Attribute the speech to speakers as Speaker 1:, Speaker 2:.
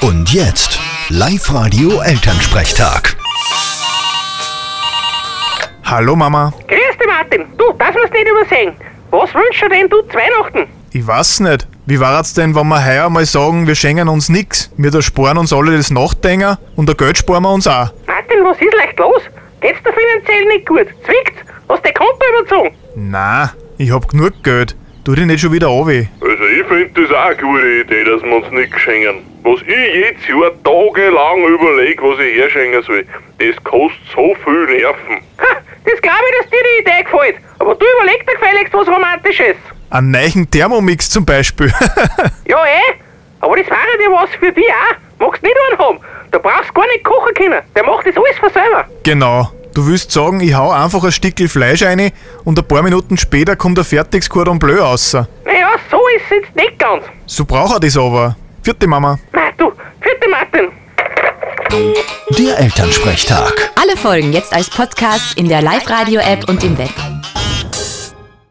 Speaker 1: Und jetzt, Live-Radio Elternsprechtag.
Speaker 2: Hallo Mama,
Speaker 3: Grüß dich, Martin. Du, das musst du nicht übersehen. Was wünschst du denn du zu Weihnachten?
Speaker 2: ich weiß nicht. Wie war's denn, wenn wir heuer mal sagen, wir schenken uns nix? Wir da sparen uns alle das Nachdenken und der Geld sparen wir uns auch.
Speaker 3: Martin, was ist leicht los? Geht's dir finanziell nicht gut? Zwickt's? Hast du dein Konto überzogen?
Speaker 2: Na, ich hab genug Geld. Tu dich nicht schon wieder an weh.
Speaker 4: Also ich finde das auch eine gute Idee, dass wir uns nicht schenken. Was ich jedes Jahr tagelang überlege, was ich herschenken soll, das kostet so viel Nerven.
Speaker 3: Ha, das glaube ich, dass dir die Idee gefällt. Aber du überleg dir gefälligst was Romantisches.
Speaker 2: Einen neuen Thermomix zum Beispiel.
Speaker 3: Ja, eh? Aber das wäre dir was für dich auch. Magst nicht einen haben. Du brauchst gar nicht kochen können. Der macht das alles von selber.
Speaker 2: genau. Du willst sagen, ich hau einfach ein Stückel Fleisch rein und ein paar Minuten später kommt ein fertiges Cordon Bleu raus.
Speaker 3: Naja, so ist es jetzt nicht ganz.
Speaker 2: So braucht er das aber. Vierte Mama.
Speaker 3: Na du, vierte Martin.
Speaker 1: Der Elternsprechtag.
Speaker 5: Alle Folgen jetzt als Podcast in der Live-Radio-App und im Web.